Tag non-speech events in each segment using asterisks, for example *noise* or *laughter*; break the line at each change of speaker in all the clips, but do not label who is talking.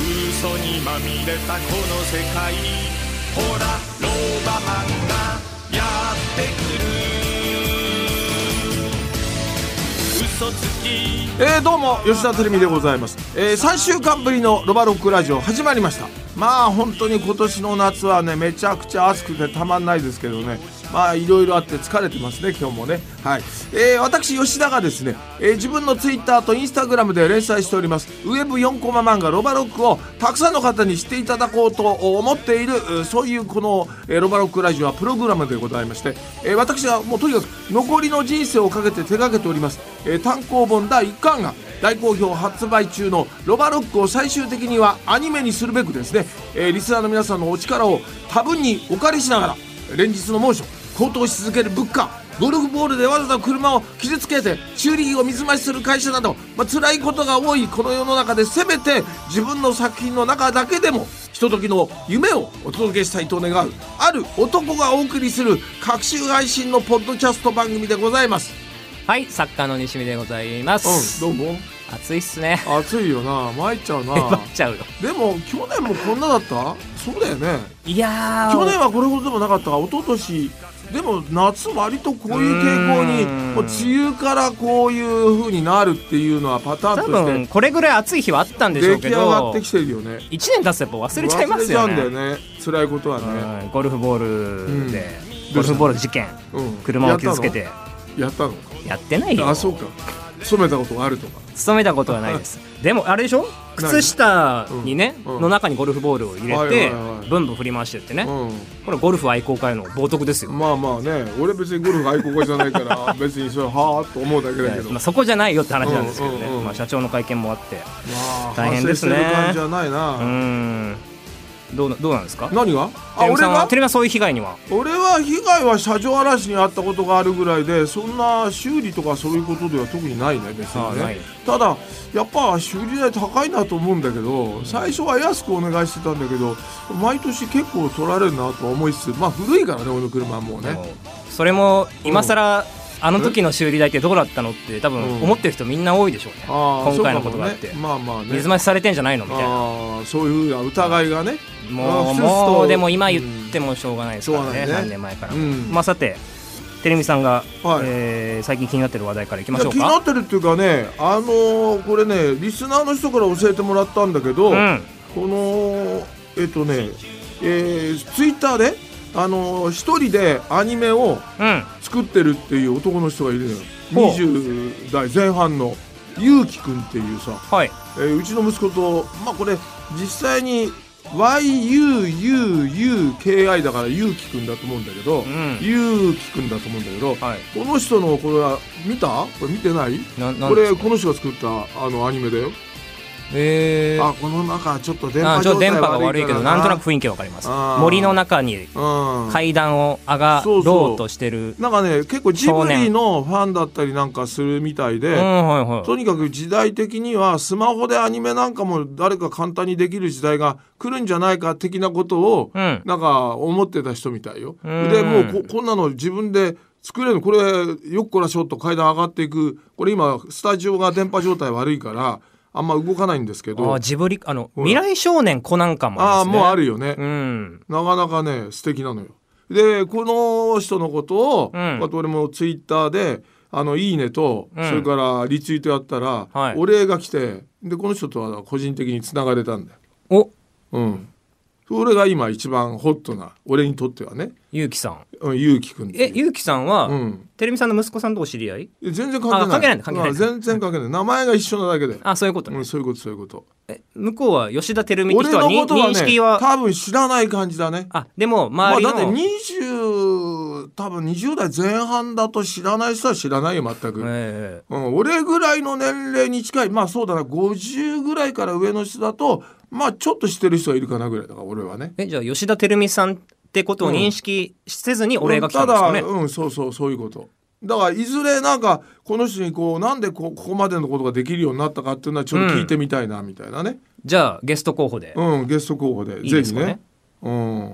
嘘にまみれたこの世界ほらローバマンがやってくる嘘つき
えーどうも吉田照美でございます、え3週間ぶりの「ロバロックラジオ」始まりましたまあ本当に今年の夏はねめちゃくちゃ暑くてたまんないですけどねまあいろいろあって疲れてますね今日もねはい、えー私吉田がですね、えー自分のツイッターとインスタグラムで連載しておりますウェブ4コマ漫画「ロバロック」をたくさんの方に知っていただこうと思っているうそういうこの、えーロバロックラジオはプログラムでございまして、えー私はもうとにかく残りの人生をかけて手がけております、えー単行本第1巻が大好評発売中の「ロバロック」を最終的にはアニメにするべくですね、えーリスナーの皆さんのお力を多分にお借りしながら連日の猛暑高騰し続ける物価ゴルフボールでわざと車を傷つけて修理費を水増しする会社など、まあ、辛いことが多いこの世の中でせめて自分の作品の中だけでもひとときの夢をお届けしたいと願うある男がお送りする各週配信のポッドキャスト番組でございます。
はい、作家の西見でございま
うん、
す。
どうも
暑いっすね。
暑いよな参っちゃうな
ばっちゃうよ。
でも去年もこんなだったそうだよね
いやー。
去年はこれほどでもなかったが一昨年でも夏割とこういう傾向に
うーん
もう梅雨からこういう風になるっていうのはパターンと
多
し
分
て
これぐらい暑い日はあったんでしょ
出
う
来
け
上が
ど
ってきてるよね
1年経つとやっぱ忘れちゃいますよね
忘れちゃうんだよね辛いことはね
うんゴルフボールで、
うん
ゴルフボール事件
うん
車を傷つけて
やったの
やってない
やったの
よ
あそうか染めたことがあるとか
勤めたことはないですでもあれでしょ靴下にね、
うんうん
の中にゴルフボールを入れ
はい
て、
はいはい
ブンブン振り回してってね、
う
これゴルフ愛好家への冒涜ですよ、
んまあまあね俺別にゴルフ愛好家じゃないから
*laughs*
別にそれはあと思うだけだけど
まあ、そこじゃないよって話なんですけどね、
うんうんうん
まあ、社長の会見もあって
まあ
大変ですね
反省してる感じはないうな、
ーんどうなどうなんですか
何があ
テレビ
俺
さんは
が
テレビはそういう被害には
俺は被害は車上荒らしにあったことがあるぐらいでそんな修理とかそういうことでは特にないね別に
あない
ねただやっぱ修理代高いなと思うんだけど最初は安くお願いしてたんだけど毎年結構取られるなとは思いつつまあ古いからね俺の車はもうね
それも今更、あの時の修理代ってどうだったのって多
うん
分思ってる人みんな多いでしょうね、
あー
今回の
そ
こ
うかも
とが
ね
あって、
まあまあね
水増しされてんじゃないのみたい
あ
な
ーそういうふうな疑いがね
も
あ普
う
通そう
もうでも今言ってもしょうがないですから
うんしょうが
ね,、
ないね
何年前から、
うん
まあさててれみさんが、
はい
えー最近気になってる話題からいき
い
ま
や
しょう
気にな
か
ってるっていうかねあのーこれねリスナーの人から教えてもらったんだけど、
うん
このえっとね、えー、ツイッターであのー一人でアニメを
うん
作ってるっていう男の人がいるのよ
ほう
20代前半のゆうきくんっていうさ、
はい
えーうちの息子とまあこれ実際に YUUUKI だからゆうきくんだと思うんだけど、
ん
ゆうきくんだと思うんだけど、
はい
この人のこれは見たこれ見てない
なな
こ
んで
れ
すか
この人が作ったあのアニメだよ
えー
あこの中ちょっと電
あ
波
ちょっ
状
と
態
電波が悪いけど
から
なんとなく雰囲気わかります
あー
森の中に
うん
階段を上が
そうそう
ろうとしてる
なんかね結構ジブリのファンだったりなんかするみたい
うん
で、
はいは
とにかく時代的にはスマホでアニメなんかも誰か簡単にできる時代が来るんじゃないか的なことを、
うん
なんか思ってた人みたいよ。
うん
でもうここんなの自分で作れるのこれよっこらしょっと階段上がっていくこれ今スタジオが電波状態悪いからあんま動かないんですけ
いあ
ど
ージブリあの
ら
未来少年コナン感も
あ
あ
あ
り
もうあ
ますね
るよね。
うん
なかなかね素敵なのよ。でこの人のことを、
うん
あと俺もツイッターで「あのいいねと」
うん
それからリツイートやったら、
はい
お礼が来てでこの人とは個人的につながれたんだよ。
お
うん、それが今一番ホットな俺にとってはね、
ゆうきさん
うん、ゆうきくんってい
え
う
ゆうきさんは、
うん、
てれみさんの息子さんとお知り合い
全然関係ない
あ関係ないんだ関係ないんだ
うん全然関係ない名前が一緒なだけで、
あそういうことね、
うん、そういうことそういうこと
え向こうは吉田照美って
俺
人は
の
に
ことは
認
ね
識は
多分知らない感じだね
あでも
ま
周
あ、
り
だっ
の、
て20多分20代前半だと知らない人は知らないよ全く、
え
うん、俺ぐらいの年齢に近いまあそうだな50ぐらいから上の人だとまあちょっと知ってる人はいるかなぐらいだから俺はね
ええじゃあ吉田照美さんってことを認識せずにお礼が来たんですかね、
うんただうんそうそうそういうことだからいずれなんかこの人にこうなんでこここまでのことができるようになったかっていうのはちょっと聞いてみたいな、みたいなね
じゃあゲスト候補で、
うんゲスト候補で
いい
ぜ
で
ひ
す
ね
かね
うん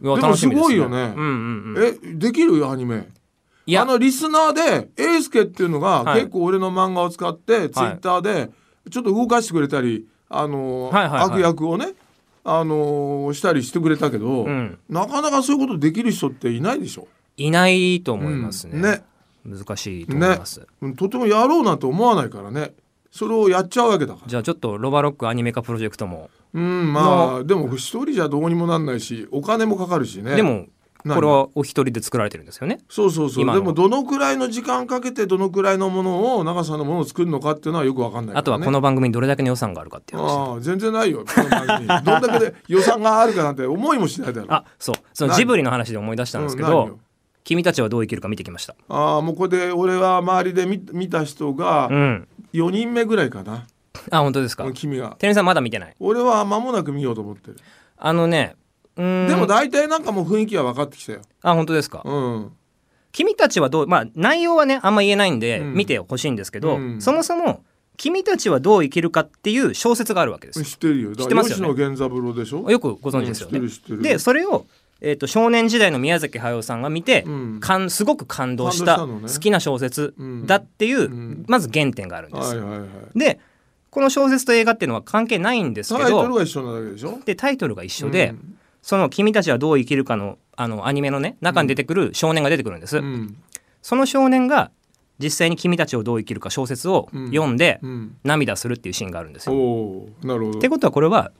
うわ
でも
楽しみで
す
す
ごいよね
うんうんうん
えできるアニメ
いや
あのリスナーで英介っていうのが
はい
結構俺の漫画を使ってツイッターでちょっと動かしてくれたり、あの、
はいはいはい
悪役をねあのしたりしてくれたけど、
うん
なかなかそういうことできる人っていないでしょ。
いないと思いますね,、
うんね
難しいと思い
ね
ます、、
うんとてもやろうなんて思わないからねそれをやっちゃうわけだから。
じゃあちょっとロバロックアニメ化プロジェクトも、
うんまあでも一人じゃどうにもなんないしお金もかかるしね。
でも
何
これはお一人で作られてるんですよね
そうそうそう
今
で
の
もどのくらいの時間かけてどのくらいのものを長さのものを作るのかっていうのはよくわかんないから、ね、
あとはこの番組にどれだけの予算があるかっていう話
ああ全然ないよこの番
*laughs*
組どんだけで予算があるかなんて思いもしないだろ
あそうその
何
ジブリの話で思い出したんですけ
うん何
ど
よ
「君たちはどう生きるか」見てきました
ああもうここで俺は周りで見見た人が
うん
4人目ぐらいかな、
あ本当ですか
君が
テレミさんまだ見てない
俺は間もなく見ようと思ってる、
あのねうーん
でも大体なんかもう雰囲気は分かってきたよ
あ本当ですか
うん
君たちはどうまあ内容はねあんま言えないんで
うん
見てほしいんですけど、
うん
そもそも「君たちはどう生きるか」っていう小説があるわけですよ
知ってるよだ
知っ
か
てま
ら
すよ
吉
ね
野源三郎でしょ
よくご存知ですよね。
うん知ってる知ってる
でそれを、えー、と少年時代の宮崎駿さんが見て、
うん
感すごく感動し
感
た
動したのね
好きな小説だってい
う
う、
ん
まず原点があるんです。
はいはいはい
でこの小説と映画っていうのは関係ないんですけ
タイトル
ど
が一緒なだけでしょ
でタイトルが一緒で、
うん
その「君たちはどう生きるかの」あのアニメのね中に出てくる少年が出てくるんです。
うん
その少年が実際に「君たちをどう生きるか」小説を
うん
読んで、
うん
涙するっていうシーンがあるんです
お
よ。
おーなるほど
ってことはこれは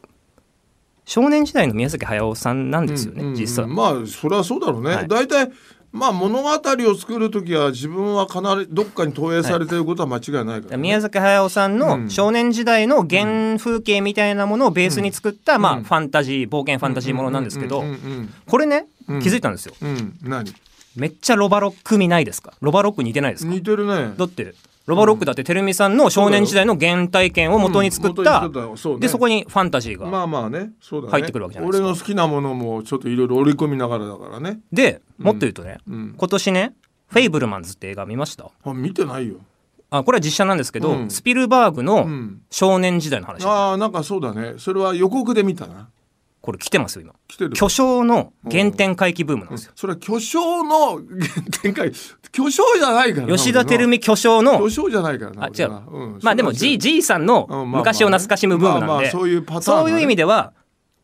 少年時代の宮崎駿さんなんですよね、
うんうんうん
実際。
まあそれはそうだろうね、
はい
大体まあ物語を作る時は自分は必ずどっかに投影されていることは間違いないから、ね
宮崎駿さん
うん
の少年時代の原風景みたいなものをベースに作った、まあ、ファンタジー冒険ファンタジーものなんですけど
うんうん
これね
うん
気づいたんですよ
うんうん何
めっちゃロバロック味ないですかロバロック似てないですか
似てるね
だってロバロックだっててるみさんの少年時代の原体験を元に作った
うん元に作ったそうね
でそこにファンタジー
ま
が
あまあねそうだね
入ってくるわけじゃないですか
俺の好きなものもちょっといろいろ織り込みながらだからね
でもっと言うとね
うん
今年ね「フェイブルマンズ」って映画見ました
あ見てないよ
あこれは実写なんですけど、
うん
スピルバーグ
う
の
ん
少年時代の話、
ああなんかそうだねそれは予告で見たな
これ来てますよ今
来てる
巨匠の原点回帰ブームなんですよ
それは巨匠の *laughs* 展開巨匠じゃないからな
吉田
俺
照
な
美巨匠の
巨匠じゃないからな
あ
俺な
違
うん
まあでも
それは違
G,
う
G さん
う
の
んまあまあね
昔を懐かしむブーム
ま
な
あ
ん
ま
で
あそういうパターンは
そ
ね
ういう意味では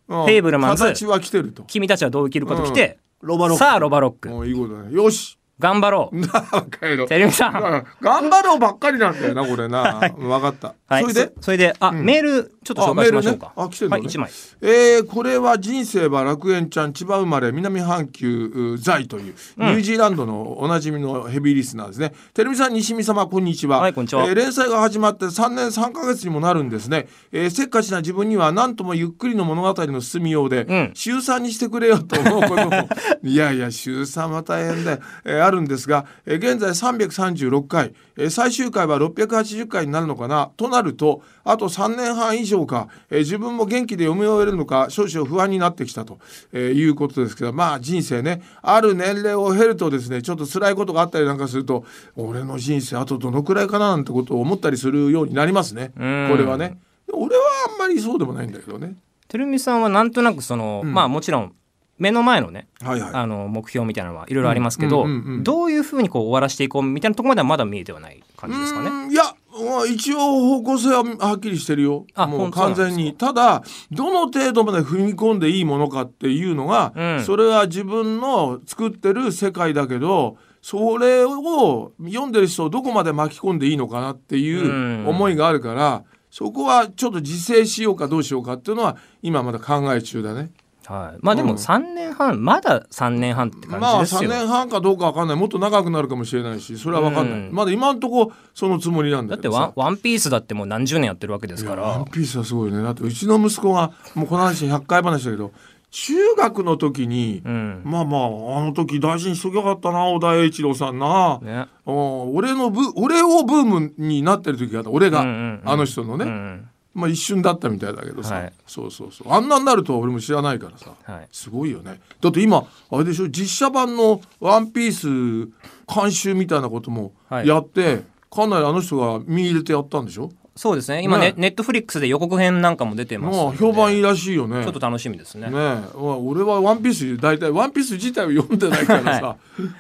フ
フェイブルマンズ
形は来てると。
君たちはどう生きるかときて
ロバロック
さあロバロック
もういいことだね。よし。 *laughs*
頑張ろう
なあ、帰ろう。
照美さん
だから頑張ろうばっかりなんだよな、これな。分かった。
はい
それで、
そそれであ、メールちょっと紹介しましょうか
あメールねあ来てんのね
はい、一枚
えーこれは人生は楽園ちゃん、千葉生まれ、南半球う在という、ニュージーランドのおなじみのヘビーリスナーですね。てるみさん、西見様、こんにちは。
はいこんにちは
えー連載が始まって3年3ヶ月にもなるんですね。えーせっかちな自分には何ともゆっくりの物語の進みようで、
ん
週3にしてくれよと思うことも
*laughs*
いやいや週3は大変で、えーあるんですが、えー現在336回、えー最終回は680回になるのかなとなるとあと3年半以上か、えー自分も元気で読み終えるのか少々不安になってきたと、えーいうことですけどまあ人生ねある年齢を経るとですねちょっと辛いことがあったりなんかすると俺の人生あとどのくらいかななんてことを思ったりするようになりますねこ
ん
れはね。俺はあんまりそうでもないんだけどね。
てるみさんはなんとなくその、まあもちろん目の前のね
はいはい。
あの目標みたいなのはいろいろありますけど、
うんうんうんうん
どういうふうにこう終わらせていこうみたいなところまではまだ見えてはない感じですかね。
うんいやもう一応方向性ははっきりしてるよ
あ
もう
本当そう
完
なんですか
全にただどの程度まで踏み込んでいいものかっていうのが、
うん
それは自分の作ってる世界だけどそれを読んでる人をどこまで巻き込んでいいのかなっていう
うん
思いがあるから、そこはちょっと自制しようかどうしようかっていうのは今まだ考え中だね。
はい、まあで
うん
も三年半、まだ3年半って感
まあ
じで
3
すよ、
年半かどうかわかんないもっと長くなるかもしれないしそれはわかんない、
うん
まだ今んとこそのつもりなんだ
だっ
け
て
どさ
ワン「ワンピースだってもう何十年やってるわけですか
いやワ
ら
ンピースはすごいねだってうちの息子がもうこの話100回話だけど中学の時に、
うん
まあまああの時大事にしときゃよかったな小田栄一郎さんな、
ね
うん俺のブ俺をブームになってる時があった俺が、
うんうんうん
あの人のね、
うん
まあ一瞬だったみたいだけどさ、
はい
そうそうそうあんなになるとは俺も知らないからさ、
はい
すごいよねだって今あれでしょ実写版の「ワンピース監修みたいなことも
はい
やって、かなりあの人が見入れてやったんでしょ
そうですね今ね
ね
ネットフリックスで予告編なんかも出てます
まあ評判いいらしいよね
ちょっと楽しみですね
ねえうわ俺は「ワンピース大体「ワンピース自体を読んでない
*laughs*
からさ、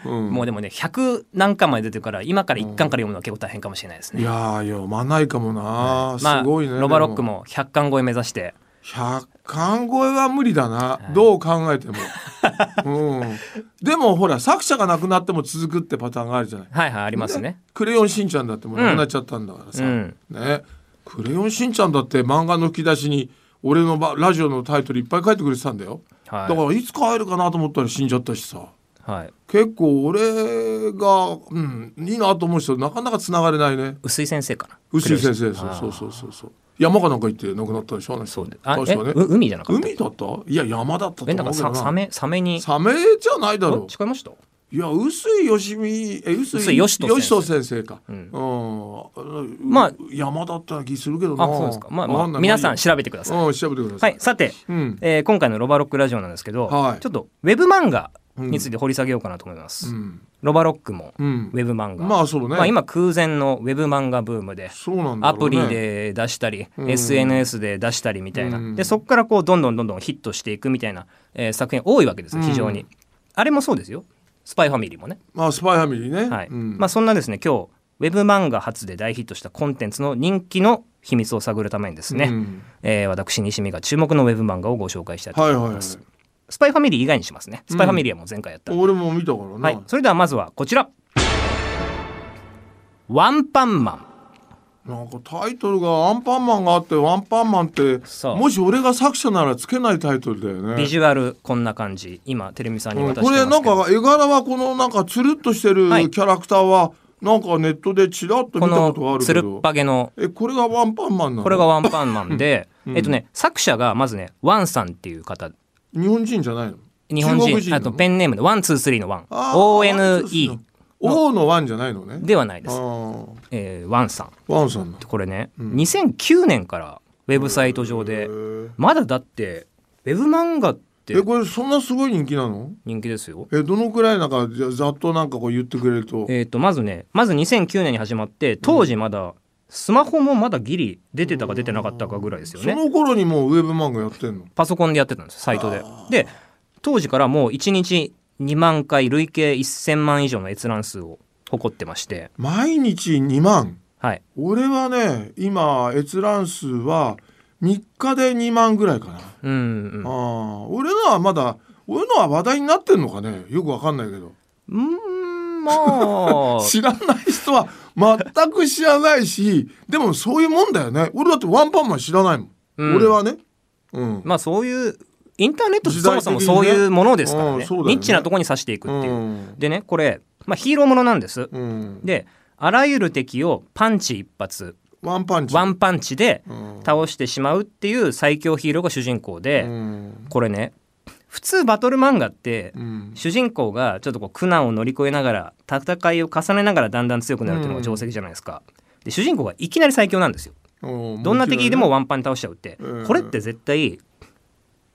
うん
もうでもね100何巻まで出てるから今から1巻から読むのは結構大変かもしれないです
い
ね
やー読まないかもな、
ます
ごいね
あロバロック
で
も100巻超え目指して
100巻超えは無理だな、どう考えても、うん、でもほら作者が亡くなっても続くってパターンがあるじゃない
はいはいありますね
「クレヨンしんちゃん」だってもう亡くなっちゃったんだからさ、
うん
ね「クレヨンしんちゃん」だって漫画の吹き出しに俺のばラジオのタイトルいっぱい書いてくれてたんだよ、
はい
だからいつか会えるかなと思ったら死んじゃったしさ
はい
結構俺が、うん、いいなと思う人なかなかつながれないね
薄井先生かな
臼井先生そうそうそうそうそう山かなんか行って亡くなったでしょあの人
そうであ
確
え
かね
う海じゃなかった
海だったいや山だったと
えなん
思
か
うけど
さサ
な
メサメに
サメじゃないだろ
聞こえました
ういや臼井よしみえ臼
臼
井
井
よ
よ
し
し
と
と
先
先生
生かうん、
まあ
山だった気するけどな
あそうですかまあ、ま
わ
あ、
かない
皆さん
ま
調べてください
あいいやうん調べてくださ、
はいい、さて、
うん
えー今回の「ロバロックラジオ」なんですけど、
はい
ちょっとウェブ漫画について掘り下げようかなと思います。
うん
ロバロックも、
うん
ウェブ漫画、
まあそうね
まあ、今空前のウェブ漫画ブームで、
そうなんだ
ア
ろう
プ
ね
リで出したり、
うん
SNS で出したりみたいな、
うん
でそこからこうどんどんどんどんヒットしていくみたいな、えー作品多いわけですよ非常に、
う
あれもそうですよスパイファミリーもね、
まあスパイファミリーね、
はい
うん
まあ、そんなですね今日ウェブ漫画初で大ヒットしたコンテンツの人気の秘密を探るためにですね、
うん
えー私西見が注目のウェブ漫画をご紹介したいと
はい
思い
は
ま
い、はい、
す、スパイファミリー以外にしますねスパイファミリーはもう前回やった、
俺も見たからな、
はいそれではまずはこちらワンパンマン
なんかタイトルが「アンパンマン」があって「ワンパンマン」って
そう
もし俺が作者ならつけないタイトルだよね
ビジュアルこんな感じ今てるみさんに
うん
渡して
こ
ますけ
れ
ど、
なんか絵柄はこのなんかつるっとしてる
はい
キャラクターはなんかネットでちらっと見
こ
たことがあ
の
る
つ
け
る
ど
っぱげの
えこれがワンパンマンなの
これがワンパンマンで、
うん
えっとね作者がまずねワンさんっていう方
日本人じゃないの
日本
中
人
国人な
あ
の
とペンネームのワンツースリーのワン
あー
ONE
O のワンじゃないのね
ではないで
あ
す、
ー
えーワンさん
ワンさんの
これね、2009年からウェブサイト上でまだだってウェブ漫画って
えこれそんなすごい人気なの
人気ですよ。
えどのくらいなんかじゃざっとなんかこう言ってくれると
えっ、とまずねまず2009年に始まって当時まだスマホもまだギリ出てたか出てなかったかぐらいですよ
そ
ね。
の頃にもうウェブ漫画やってんの
パソコンでやってたんですサイトで。で当時からもう1日2万回累計1,000万以上の閲覧数を誇ってまして、
毎日2万
はい、
俺はね今閲覧数は3日で2万ぐらいかな、
うんうん
ああ俺のはまだ俺のは話題になってんのかねよくわかんないけど
うーんまあ
*laughs* 知らない人は全く知らないしでもそういうもんだよね俺だってワンパンマン知らないもん、
うん
俺はねうん、
まあそういうインターネットって
時
そ
代
も
的
そ
にね
もそういうものですから
うん
ね
そうだよね
ニッチなとこに刺していくっていう。
うん
でねこれ、まあ、ヒーローものなんです。
うん、
であらゆる敵をパンチ一発
ワンパンチ
ワンパンチで
うん
倒してしまうっていう最強ヒーローが主人公で、
うん
これね普通バトル漫画って
うん
主人公がちょっとこう苦難を乗り越えながら戦いを重ねながらだんだん強くなるっていうのが定石じゃないですか。で主人公がいきなり最強なんですよ。
うん
どんな敵でも
ワン
ワンパン倒しちゃうって、
うん
これって絶対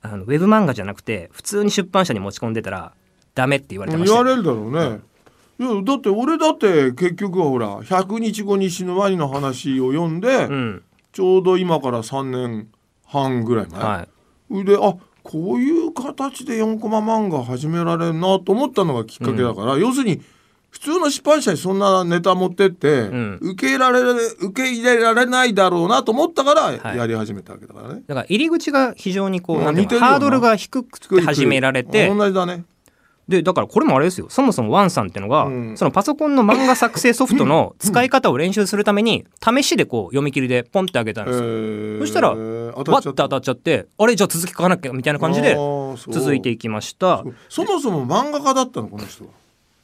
あのウェブ漫画じゃなくて普通に出版社に持ち込んでたらダメって言われてまし
言
た
わ
よね、
れるだろうね、いやだって俺だって結局はほら100日後に死ぬワニの話を読んで、
うん
ちょうど今から3年半ぐらい前、
はい、
それであこういう形で4コマ漫画始められるなと思ったのがきっかけだから、要するに普通の出版社にそんなネタ持ってって、
ん
受け入れられ受け入れられないだろうなと思ったから
はい
やり始めたわけだからね。
だから入り口が非常にこう
うん
なんていう
似てる
の
よな
ハードルが低くて始められて
同じだね。
でだからこれもあれですよそもそもワンさんっていうのが、
うん
そのパソコンの漫画作成ソフトの使い方を練習するために試しでこう読み切りでポンってあげたんですよ。
そ
そしたら
当
わって当たっちゃってあれじゃあ続き書かなきゃみたいな感じで続いてい
き
きました
そもそも漫画家だったのこの人は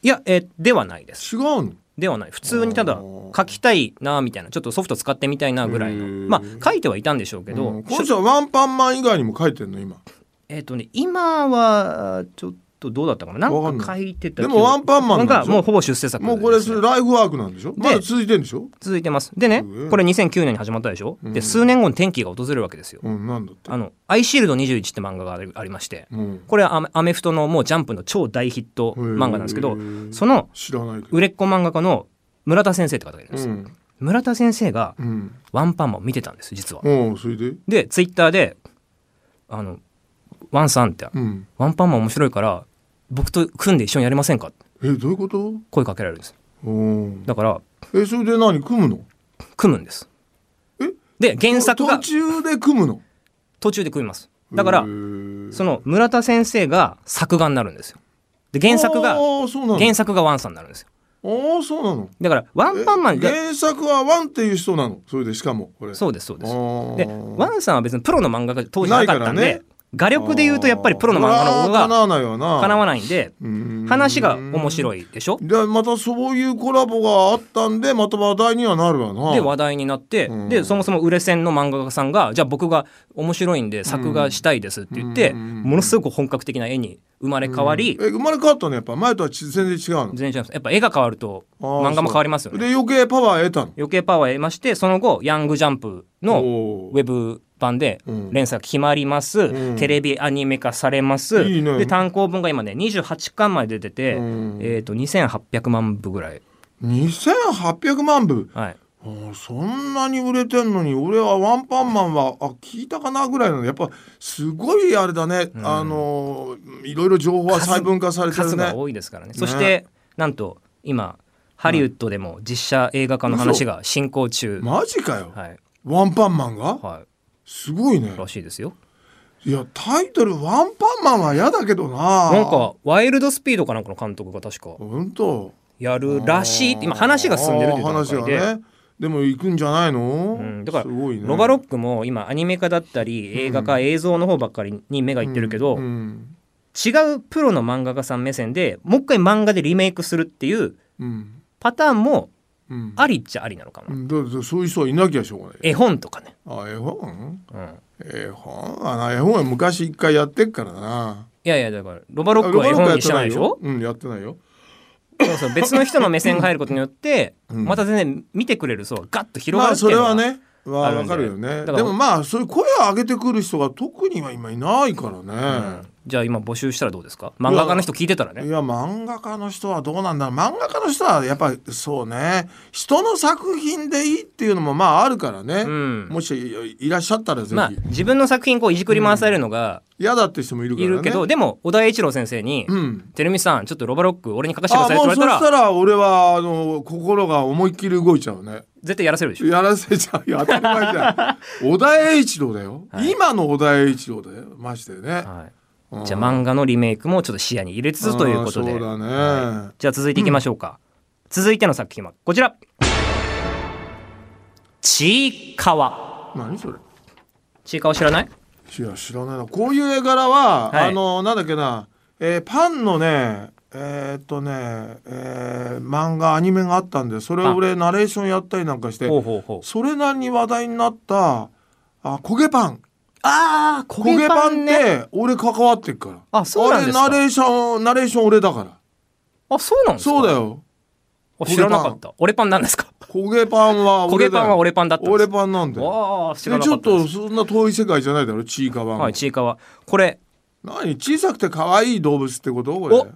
い
や、えーではないです
違うの
ではない普通にただ
おー
書きたいなみたいなちょっとソフト使ってみたいなぐらい
へー
のまあ書いてはいたんでしょうけど、
うんこの人はワンパンマン以外にも書いてんの今
えっ、とね今はちょっとどうだったかな
わかん
なん
ない
か書いてた
でもワンパンマンなんで
が
しょ
もうほぼ出世作
もうこれ
です
そ
ね
れライフワークなんでしょまだ続いてんでしょ
続いてますでね
すげえ
これ2009年に始まったでしょ、で数年後に転機が訪れるわけですよ、
うんなんだって
あの「アイシールド21」って漫画がありありまして、
うん
これはアメアメフトのもうジャンプの超大ヒット漫画なんですけ
へ
ど
ー
その
知らないけど
売れっ子漫画家の村田先生って方がいるんですよ、
うん
村田先生が
うん
ワンパンマンを見てたんです実は。
おうそれで
でツイッターで「あのワンさん」って、
うん
ワンパンマン面白いから僕と組んで一緒にやりませんか?」って
えどういうこと
声かけられるんです
うん
だから
えそれで何組むの
組むんです
え
で原作が
途中で組むの
途中で組みますだから
へー
その村田先生が作画になるんですよで原作
あ
が
ーそうなの
原作がワンさんになるんですよ
ああそうなの
だからワンパンマンが
原作はワンっていう人なのそれでしかもこれ
そうですそうです
う
でワンさんは別にプロの漫画家当時なかったん
ないから
で
ね
画力で言うとやっぱりプロの漫画の方
かな
が
わないわな
かなわないんで
うん
話が面白いでしょ
でまたそういうコラボがあったんでまた話題にはなるわな
で話題になって、
うん
でそもそも売れ線の漫画家さんがじゃあ僕が面白いんで作画したいですって言って、
うん
ものすごく本格的な絵に生まれ変わり、
え生まれ変わったねやっぱ前とはち全然違うの
全然違いますやっぱ絵が変わると
あー
漫画も変わりますよね
で余計パワー得たの
余計パワー得ましてその後「ヤングジャンプ」の
お
ウ
ー
ェブ版で
うん
連載が決まります、
うん
テレビアニメ化されます
いいね
で単行本が今ね28巻まで出てて、
うん
えー、と2800万部ぐらい、
2800万部
はい、
あーそんなに売れてんのに俺はワンパンマンはあ聞いたかなぐらいなのやっぱすごいあれだね、あのーいろいろ情報は細分化されてる
数
ね
が多いですからねそしてなんと今ハリウッドでも実写映画化の話が進行中、
マジかよ、
はい
ワンパンマンが
は
すごいね
い、らしいですよ
いやタイトル「ワンパンマン」は嫌だけどな
なんかワイルドスピードかなんかの監督が確か
本当
やるらしいって今話が進んでるっていう
あー
段
話
階
が
で、
ねでも行くんじゃないの、
うん、だから、
すごいね
ロバロックも今アニメ化だったり映画化、映像の方ばっかりに目がいってるけど、
うん
違うプロの漫画家さん目線でもう一回漫画でリメイクするっていう
うん
パターンも
うん
ありっちゃありなのかな、
うんだってそういう人はいなきゃしょうがない
絵本とかね、
あ絵本
うん、
絵本はな絵本は昔一回やってっからない
やいやだからロバロック
ロ
は
バ
絵
ロック
本
やっ
にしててない
ない
でしょ
ようんやってないよ
そうそう別の人の目線が入ることによって、
*laughs* うん
また全然見てくれる層がガッと広
ま
がる
あ
って
そ
いう
れ
のは
はねわ
あ
あ
る
わ
ん
か
だよ
るよね
だから
でもまあそういう声を上げてくる人が特には今いないから
う
ね、
んじゃあ今募集したらどうですか漫画家の人聞いてたら
い
ね
や漫画家の人はどうなんだろう漫画家の人はやっぱそうね人の作品でいいっていうのもまああるからね、
うん
もしいいらっしゃったらぜ
まあ
ひ
自分の作品こういじくり回されるのが
嫌だって人もいるから
い
ね
るけど、でも小田栄一郎先生に
うん
「てるみさんちょっとロバロック俺に書かせてくだ
あ
さい」って
も
言
う
わ
そ
れた
した
ら
ら俺はあの心が思いっきり動いちゃうね
絶対やらせるでしょ
やらせちゃうよ当たり前じゃ
*laughs*
ん小田栄一郎だよ、
はい
今の小田栄一郎だよましてね、
はい
うん
じゃあ漫画のリメイクもちょっと視野に入れつつということで
あーそうだね、
はいじゃあ続いていきましょうか続いての作品はこちら「ちいかわ
何それ」
ちいかわ知らない
いや知らないなこういう絵柄は、
はい
あのなんだっけな、えーパンのねえーっとね、えー漫画アニメがあったんでそれを俺ナレーションやったりなんかして
ほうほうほう
それなりに話題になったあ焦げパン
ああ焦
焦げパンって俺関わってっから
あそうなんですか
あれナレーションナレーション俺だから
あそうなんですか
そうだよ
あ知らなかった俺パンなんですか
焦げパンは
*laughs* 焦
俺だよ
げパンは俺パンだったんです
俺パンなんだよ
わあ知
で
らな
ち
か
ょ
っ
った
で
と
す
そんな遠い世界じゃないだろちいかばん
はいちいかわこれ
何小さくて可愛い動物ってことこれ
お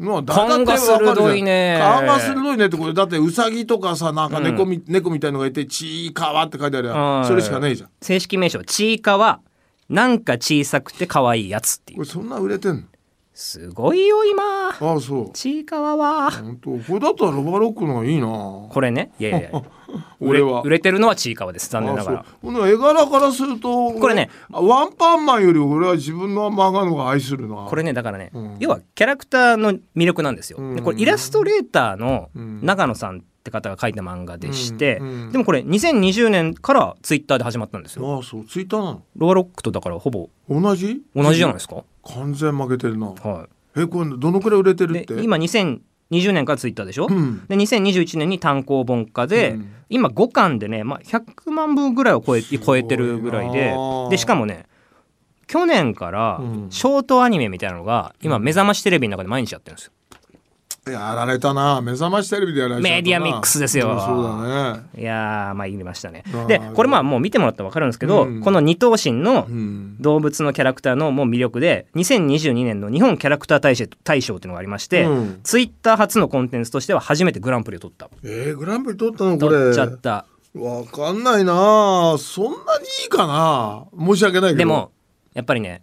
もう誰だって
勘が
わかるじゃん
鋭いね
勘が鋭いねってこれだってウサギとかさなんか猫み,、猫みたいのがいて「ちいかわ」って書いてある
は
や
い
それしかねえじゃん
正式名称ちいかわなんか小さくて可愛いやつってい
こ
う
れそんな売れてん
すごいよ今
のああそう
ちいかわは
本当これだったらロバロックの方がいいな
これねいやいやいや
*laughs* 俺は
売れ売れてるのはちいかわです残念なが
あ
ら
そうこの絵柄からすると
これね
俺ワンパンマンより俺は自分の漫画の方が愛するな
これねだからね、
うん
要はキャラクターの魅力なんですよ、
うん
でこれイラストレーターの
うん
長野さんって方が書いた漫画でして、
うんうん
でもこれ2020年からツイッターで始まったんですよ
ああそうツイッターな
ロアロックとだからほぼ
の同じ
同じじゃないですか、
完全負けてるな
は
えこれどのくらい売れて
い、
るっ
で
て
今2020年からツイッターでしょ、
うん
で2021年に単行本化で、
うん
今5巻でね、まあ、100万部ぐらいを超え超えてるぐらい
す
で
ごいな
でしかもね去年から
うん
ショートアニメみたいなのが今「目覚ましテレビ」の中で毎日やってるんですよ。
やられたな目覚ましテレビでやられちゃったな
メディアミックスですよ
うんそうだね
いやーまあ言いましたね
あ。
で
ー
これまあもう見てもらったら分かるんですけど、
うん
この二頭身の
うん
動物のキャラクターのもう魅力で2022年の日本キャラクター大賞大賞っていうのがありまして、
うん
ツイッター初のコンテンツとしては初めてグランプリを取った。
えー、グランプリ取ったのこ
取っ
れ
ちゃった。
わかんないなそんなにいいかな申し訳ないけど
でもやっぱりね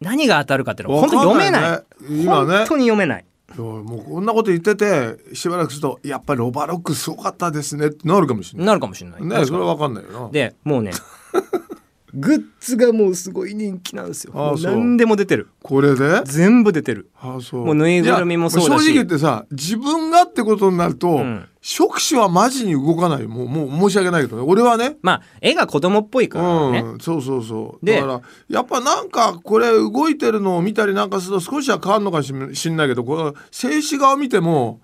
何が当たるかっていうのは
わ
本
か
当
ん
読めない
ね、今ね
本当に読めない
いやもうこんなこと言っててしばらくするとやっぱりロバロックすごかったですねってなるかもしれない
なるかもしれない。
ねそれはわかんないよな
でも
*laughs*
うねグッズがもうすごい人気なんですよ。
あ
もう
そう
何でも出てる。
これで
全部出てる。
あそう
もうぬいぐるみもそうだし
いや正直言ってさ自分がってことになると、
ん
触手はマジに動かないもうもう申し訳ないけどね俺はね
まあ絵が子供っぽいからね。
うん、そうそうそう
で
だからやっぱなんかこれ動いてるのを見たりなんかすると少しは変わるのかししんないけどこの静止画を見ても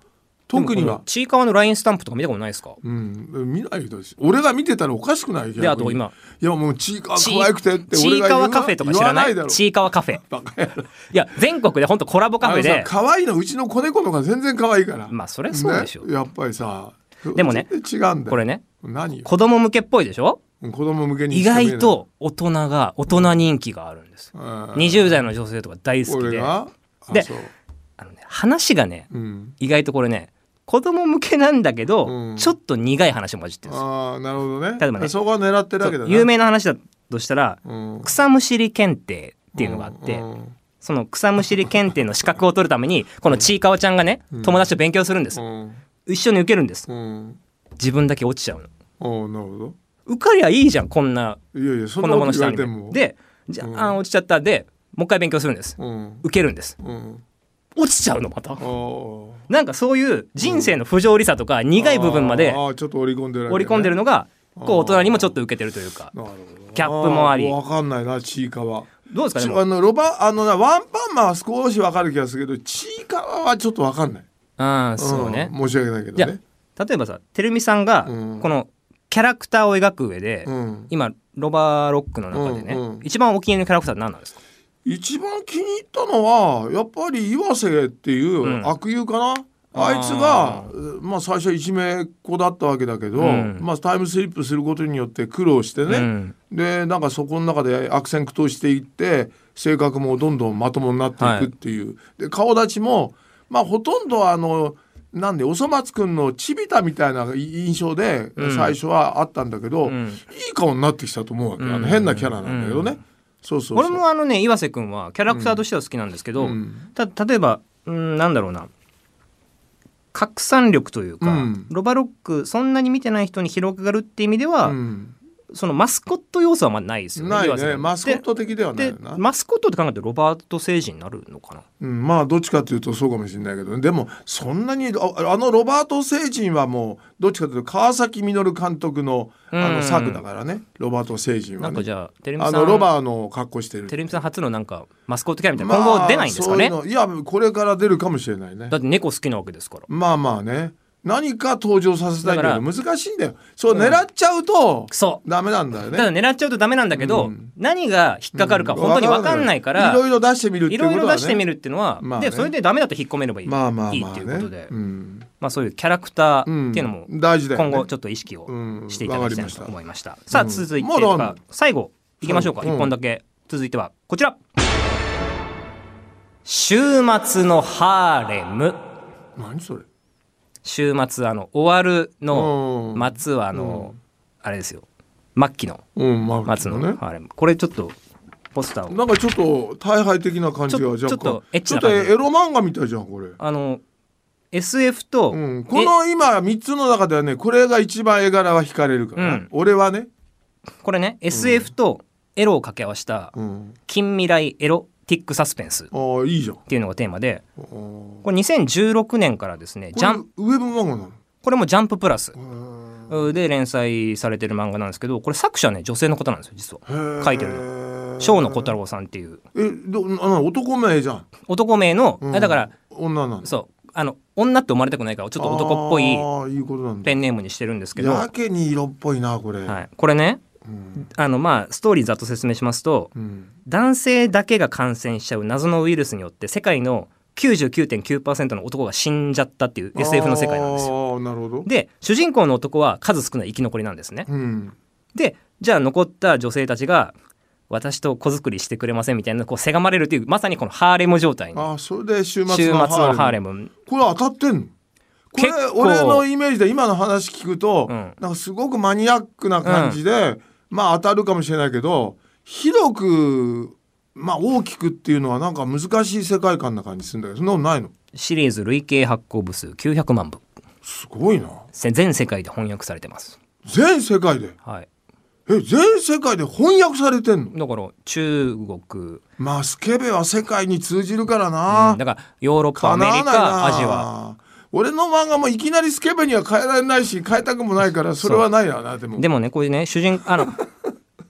特に
でもこ
は
の、ちいかわのラインスタンプとか見たことないですか
うん、見ないです俺が見てたらおかしくない逆に
であと今
いやもうちいかわ
ち
可愛くてって
ち
俺
い
が
か
言う
わカフェとか知ら
言わ
ない
ないだろ
ちいかわカフェ。
バカ野郎
いや全国で本当コラボカ
あ
フェ
のさ
で
可愛いのうちの子猫の方が全然可愛いから
まあそりゃそうでしょ
ねやっぱりさ
でもね
全然違うんだよ
これね
何よ
子供向けっぽいでしょ
子供向けに
意外と大人が大人人気があるんです。
二
20代の女性とか大好き
俺
で
があ
で
そう
あのね話がね
うん
意外とこれね子供向けなんだけど、
うん
ちょっと苦い話も混じってるんですよ
ああなるほどね
例えばね
そこは狙ってるわけだ
そう
な
有名な話だとしたら
うん
草むしり検定っていうのがあって、
うんうん
その草むしり検定の資格を取るためにこのちいかわちゃんがね、
うん
友達と勉強するんです、
うん
一緒に受けるんです
うん
自分だけ落ちちゃうの
おうなるほ
受かりゃいいじゃんこんな
どいやいやそ
こ
ん
ん
な
な
こ
も
と
の
言わ
したア
れ
ニ
て
メ
も
でじゃあ、落ちちゃったでもう一回勉強するんです
うん
受けるんです
うん
落ちちゃうのまた
おー
なんかそういう人生の不条理さとか苦い部分まで
ああちょっと織り込んでるわけだね
織り込んでるのがこう大人にもちょっと受けてるというか
なるほど
ギャップもあり
ーわかんないなちいかわ
どうですか
ち
で
ょあ
も
のロバあのなワンパンマンは少しわかる気がするけどちいかわはちょっとわかんない
ああそうね
ん申し訳ないけ
じ
ど
ゃ
ね
あ例えばさてるみさんが
うん
このキャラクターを描く上で
うん
今ロバロックの中でね
うんうん
一番お気に入りのキャラクターって何なんですか
一番気に入ったのはやっぱり岩瀬っていう
うん
悪友かな、あいつがまあ、最初いじめっ子だったわけだけど、
うん
まあ、タイムスリップすることによって苦労してね、
うん
でなんかそこの中で悪戦苦闘していって性格もどんどんまともになっていくっていう、で顔立ちも、まあ、ほとんどあのなんでおそ松くんのちびたみたいな印象で
うん
最初はあったんだけど、
うん
いい顔になってきたと思うわけ、あ
うん
の変なキャラなんだけどね。そうそうそう
俺もあのね岩瀬くんはキャラクターとしては好きなんですけど
うん
た例えばうんなんだろうな拡散力というか、
うん
ロバロックそんなに見てない人に広がるって意味では、
うん
そのマスコット要素はまあないですよね。
ない
岩瀬さん
ね
って
マスコット的ではない
で
よな、
マスコットって考えるとロバート星人になるのかな
うん、まあどっちかというとそうかもしれないけどでもそんなにああのロバート星人はもうどっちかというと川崎稔監督のあ
う
の
ん
作だからねロバート星人
な
は
んか
ね
じゃあテレミさ
あ
ん
のロバーの格好してる
テレミさん初のなんかマスコットキャラみたいな今後出ないんですかね、
まあそういうのいやこれから出るかもしれないね
だって猫好きなわけですから
まあまあね何か登場させたいんだけど
だか
難しいんだよそう狙っちゃうと
そ
ダメなんだよ
う
ね
ただ狙っちゃうとダメなんだけど、
うん
何が引っかかるか本当に分かんないから、
いろいろ出してみるって
い
いうこ
ろ
と
いろ
は
出
ね
してみるっていうのは、
まあね
でそれでダメだと引っ込めればいい,、
まあまあまあね
いいっていうことで、
うん
まあ、そういうキャラクタ
うん
ーっていうのも
大事だよね
今後ちょっと意識をしていただきたいなと思いました,、
わかりました
さあ続いて
うんまだあんの
最後いきましょうか、
うん
一1本だけ続いてはこちら週末のハーレム
何それ
週末あの終わる
う
の
ん
松はあの、あれですよ末期の
うん、まあ、
松の
ね。
ハーレムこれちょっとポスターを
なんかちょっと大敗的な感じが若干
ちょちょっとエッチな
ちょ
感
っ
じ
とエロ漫画みたいじゃんこれ、
あの SF と、
うん、この今3つの中ではねこれが一番絵柄は惹かれるから、
うん
俺はね、
えこれね SF とエロを掛け合わせた
うん、
近未来エロティックサスペンスっ
ああいいじゃん
ていうのがテーマで
あーこ
これ2016年からですね
れ
ジャン
ウェブ漫画な
これも「ジャンププラス
の」
で連載されてる漫画なんですけどこれ作者ね女性の方なんですよ実は
へえ
書いてる小野小太郎さんっていう
えどなな男名じゃん、
男名の、
うん
あだから
女なのちょ
そうあの女って思われたくないからちょっと男っぽい
ああいうことなんだ
ペンネームにしてるんですけど、
や
は
けに色っぽいなこれ、
い、これね
うん
あのまあストーリーざっと説明しますと
うん
男性だけが感染しちゃう謎のウイルスによって世界の99.9%の男が死んじゃったっていう SF の世界なんですよ。
よ。あーなるほど。
で主人公の男は数少ない生き残りなんですね。
うん。
でじゃあ残った女性たちが私と子作りしてくれませんみたいなこうせがまれるというまさにこのハーレム状態に
あーそれで週
週末
末
の
の
ハ
ハ
ー
ー
レ
レム。
ム
これ当たってんのこれ
結構
俺のイメージで今の話聞くと、
うん
なんかすごくマニアックな感じで、まあ当たるかもしれないけど広くまあ大きくっていうのはなんか難しい世界観な感じするんだけどそんなことないの
シリーズ累計発行部数900万部
すごいな
せ全世界で翻訳されてます、
全世界で
はい、
え全世界で翻訳されてんの
だから中国
まあスケベは世界に通じるから
う、
なん
だからヨーロッパ
か
アメ
な
リ
わないな
カアジア
俺の漫画もいきなりスケベには変えられないし変えたくもないからそれはないよなでも
でもねこれね主人あの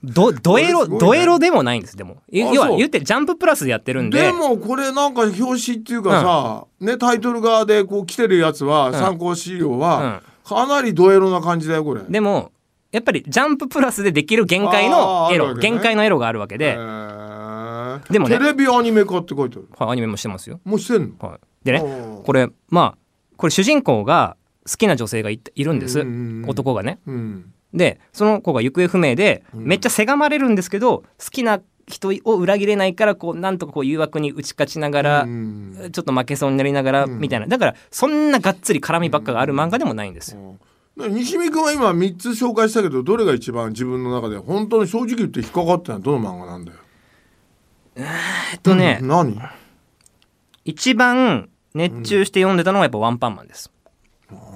どドエロ、
これすごいね
ドエロでもないんですでもい
あ
要は
そう
言ってジャンププラスでやってるんで
でもこれなんか表紙っていうかさ、ねタイトル側でこう来てるやつは、参考資料は、かなりドエロな感じだよこれ。
でもやっぱりジャンププラスでできる限界のエ
あーある
ロ、
わけね
限界のエロがあるわけ
へ
で、
ー
でもね
テレビアニメ化って書いてある。
はいアニメもしてますよ、
もうしてんの。
はい、でね
おー
これまあこれ主人公が好きな女性がいているんです
うんうんうん
男がね
うん。
でその子が行方不明でめっちゃせがまれるんですけど、好きな人を裏切れないからこうなんとかこう誘惑に打ち勝ちながら、
うん
ちょっと負けそうになりながらみたいなだからそんながっつり絡みばっかがある漫画でもないんですよ。
で西見君は今3つ紹介したけどどれが一番自分の中で本当に正直言って引っかかったのはどの漫画なんだよ。
えっとね、
何あ
一番熱中して読んでたのはやっぱ「ワンパンマン」です。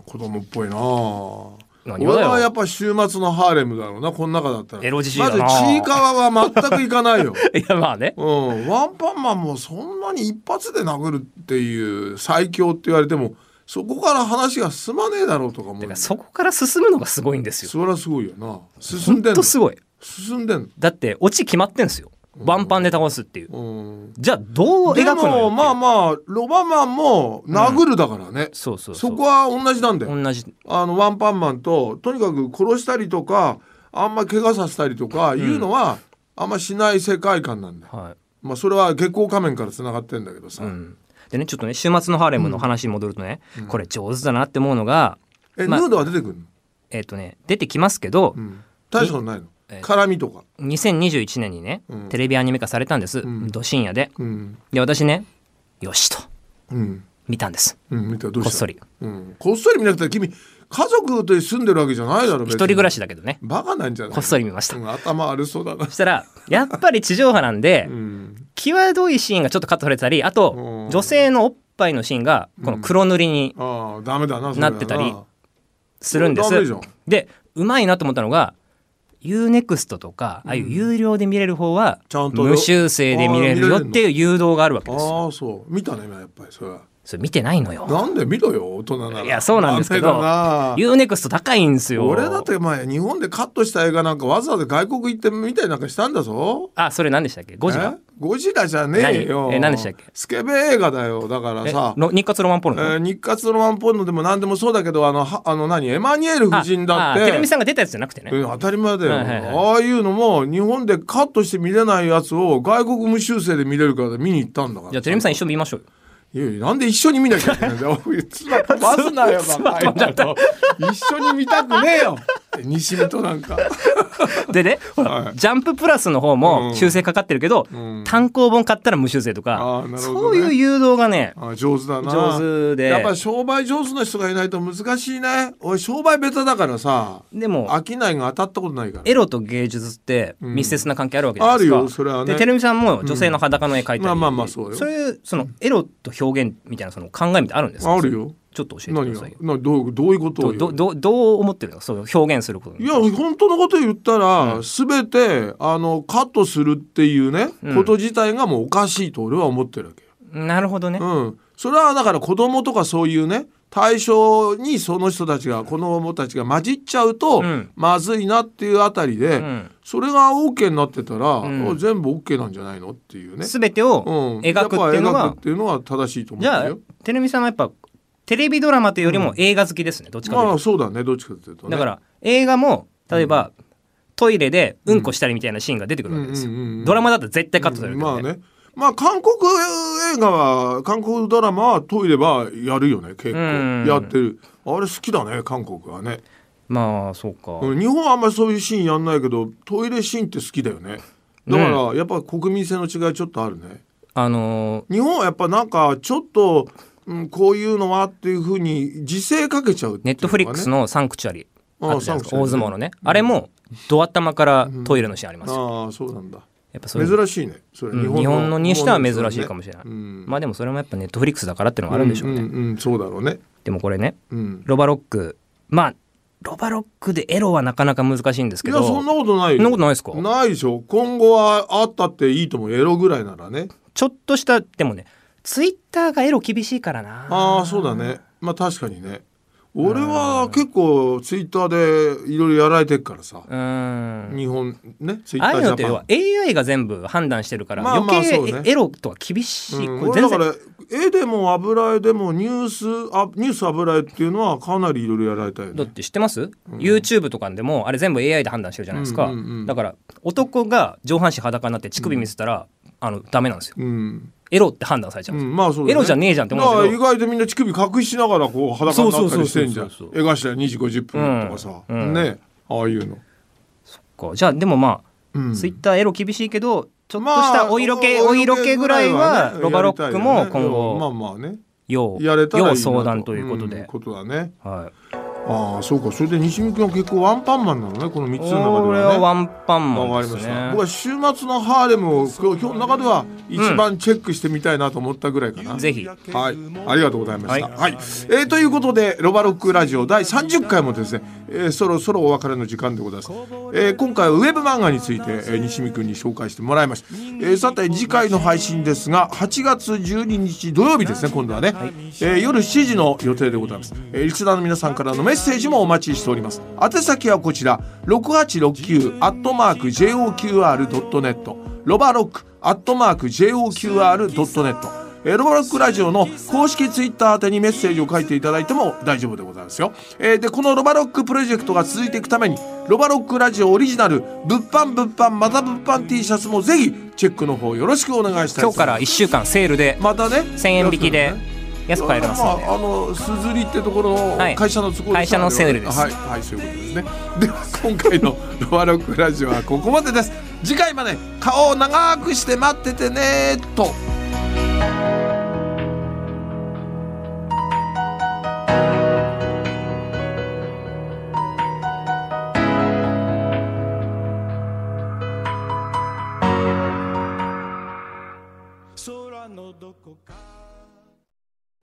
子供っぽいなあ
何がだ
俺
よ
はやっぱ週末のハーレムだろうなこの中だったら
エロじじい
ま
だ
ず
な
ちいかわは全くいかないよ *laughs*
*laughs* いやまあね
うん、ワンパンマンもそんなに一発で殴るっていう最強って言われてもそこから話が進まねえだろうとか思
て
う
かそこから進むのがすごいんですよ。
それはすごいよな進
ほ
ん
ん
でんの
とすごい。
進んでん
だってオチ決まってんすよ。ワンパンで倒すっていう。
の、うん、
じゃあどう
で
描くのよってい
も
う
まあまあロバマンも殴るだからね、
そうそう
そうこは同じなんだよ
同じ
あのワンパンマンととにかく殺したりとかあんま怪我させたりとかいうのは、あんましない世界観なんだよ
は
まあそれは月光仮面からつながってんだけど
い、
さ、
うん、でねちょっとね「週末のハーレム」の話に戻るとね、これ上手だなって思うのが
え、
まあ
ヌードは出てくるの、
えっ、とね出てきますけど、
うん、大将ないの
え
絡みとか、
2021年にね、
うん
テレビアニメ化されたんです、
ん
ど深夜で
うん
で私ねよしと
うん
見たんです
うん、見たどうした
こっそり
うん、こっそり見なくて君家族と住んでるわけじゃないだろ
一
別に
人暮らしだけどね
バカなんじゃない
こっそり見ました、
うん、頭悪そうだな
そしたらやっぱり地上波なん
*laughs*
で、
うん
際どいシーンがちょっとカットされてたりあと
うん
女性のおっぱいのシーンがこの黒塗りに
ああダメだなそれ
なってたりするんで
ダメじ
す
ゃん
でうまいなと思ったのが UNEXT とかああいう有料で見れる方は
ちゃんとよ
無修正で見れるよっていう誘導があるわけですよ
ああそう見たね今やっぱりそれは
それ見てないのよ
なんで見ろよ大人なら
いやそうなんですけど
ダメだな
UNEXT 高いんですよ
俺だって前日本でカットした映画なんかわざわざ外国行ってみたりなんかしたんだぞ
あそれ何でしたっけゴジラ
えゴジラじゃねえよ
何え何でしたっけ
スケベ映画だよだから
え
さ
の日活ロマンポル
え
ノ、
ー日活ロマンポルノでも何でもそうだけどあのはあの何エマニュエル夫
あ
人だって
あテレビさんが出たやつじゃなくてね、
うん当たり前だよ、
はいはいはい
ああいうのも日本でカットして見れないやつを外国無修正で見れるから見に行ったんだから
じゃあテレビさん一緒に見ましょうよ
いやいやなんで一緒に見なきゃいけないんだよおいつま飛
*laughs*
ばすなよバカ野郎一緒に見たくねえよ西見となんか *laughs*
でね、ほら
はい
ジャンププラスの方
う
も
ん
修正かかってるけど、
ん
単行本買ったら無修正と
あ
か、
ーなるほどね
そういう誘導がね
あ上手だな
上手で
やっぱ商売上手な人がいないと難しいね俺商売ベタだからさ
でも
商いが当たったことないから
エロと芸術って密接な関係あるわけじゃないですか、
あるよそれはね
でテレビさんも女性の裸の絵描いたり、
うんまあまあまあそうよ
いうそのエロと表現みたいなその考えみたいなのあるんですか
あるよ
ちょっと教えて
何
くだ
が
さいよ
などうどういうことを
ど
言う
どどどう思ってるのそう表現すること
い
に
や本当のこと言ったら、全てあのカットするっていうね、
うん
こと自体がもうおかしいと俺は思ってるわけよ。
なるほどね、
うん、それはだから子供とかそういうね対象にその人たちが子供たちが混じっちゃうと
うん
まずいなっていうあたりで、
うん
それが OK になってたら、
ん
全部 OK なんじゃないのっていうね。
全てを
うん、
描くっていう
や
の
っぱ
が
描くっ、ていうのは正しいと思
じ
うん
ゃ
だ
あ
よ。
テレビさんはやっぱテレビドラマというよりも映画好きですね、どっちかというと
まあそうだねどっちかというとね。
だから映画も例えば、トイレでうんこしたりみたいなシーンが出てくるわけですよ、
うんうんうんうん
ドラマだと絶対カットされる
うん
から
まあ
ね
ねまあ韓国映画は韓国ドラマはトイレはやるよね結
うん
構やってるあれ好きだね韓国はね
まあそうか、
うん日本はあんまりそういうシーンやんないけどトイレシーンって好きだよねだからやっぱ国民性の違いちょっとあるね
あの
日本はやっぱなんかちょっと、うん、こういうのはっていうふうに自制かけちゃうって
ネ
いうのがね
ットフリックスの「サンクチュアリ」
ああ
あったじゃないですか
サン
大
クチュアリ
相撲のね、あれもドア頭からトイレのシーンありますよ、
ああそうなんだ
やっぱそういう
珍しいねそれ
うん日本のにしては珍しいか
も
もしれない、
うん
まあでもそれもやっぱネットフリックスだからってのがあるんでしょうね、
んうんうんそうだろうね
でもこれね
うん
ロバロックまあロバロックでエロはなかなか難しいんです
い
け
や
ど
そんなことないよ
そんなことないですか
ないでしょ今後はあったっていいと思うエロぐらいならね
ちょっとしたでもねツイッターがエロ厳しいからな
ああそうだねまあ確かにね俺は結構ツイッターでいろいろやられてるからさ
うーん
日本ねツイッ
あ
タ
あ
ー
いう
ジ
のっ
ャ
て
パ
要
ン
は AI が全部判断してるから、
まあまあそう
余
ね
計エロとは厳しい、
うん
これ
俺
全
だか
然
ら絵でも油絵でもニュースあニュース油絵っていうのはかなりいろいろやられたよ
だっ
ね。
て知ってます、YouTube とかでもあれ全部 AI で判断してるじゃないですか、
うんうんうん
だから男が上半身裸になって乳首見せたら、あのダメなんですよ
うん、
エロって判断されちゃう
うん
ですよ、
ん、まあそうだ、ね、
エロじゃねえじゃんって思
だ
うん
から
ですけ
意
ど
外とみんな乳首隠しながらこう裸になったりしてんじゃん
そうそうそうそう
絵頭2時50分とかさ、
うんうん
ねああいうの、
こうじゃあでもま
う
あ、
ん、
ツイッターエロ厳しいけどちょっと
まあ
したお色気、お色気ぐらいは
ね
ロバロックも
やりたいよ
今
ね
後、
まあまあね
要
やれたらいいな
要相談ということで、
んことだね
はい、
ああそうかそれで西見君は結構ワンパンマンなのねこの3つの中
こ
で
れ
は
は
ね
ワンパンマ
わか
ンで
り
す
まし
ね
た僕は週末のハーレムを今日今日の中では一番チェックしてみたいなと思ったぐらいかな、
ぜひ
はい、ありがとうございました。
は
はい、えーということで、ロバロックラジオ第30回もですね、えーそろそろお別れの時間でございます。えー今回はウェブ漫画について、えー西見くんに紹介してもらいました。えーさて、次回の配信ですが、8月12日土曜日ですね、今度はね、えー夜7時の予定でございます。えーリスナーの皆さんからのメッセージもお待ちしております。宛先はこちら、6869アットマーク JOQR.net、ロバロックアットマーク JOQR.net、えーロバロックラジオの公式ツイッター宛てにメッセージを書いていただいても大丈夫でございますよ、えーでこのロバロックプロジェクトが続いていくためにロバロックラジオオリジナル物販物販また物販 T シャツもぜひチェックの方よろしくお願いしたいと
今
思
日から
い
1週間セールで
ますまたね
1000円引きで安く買えますので
まあ、あのすずりってところの
はい
会社の都合
会社のセールです
はい、はい、そういうことですねでは今回の「ロバロックラジオ」はここまでです次回まで顔を長くして待っててねと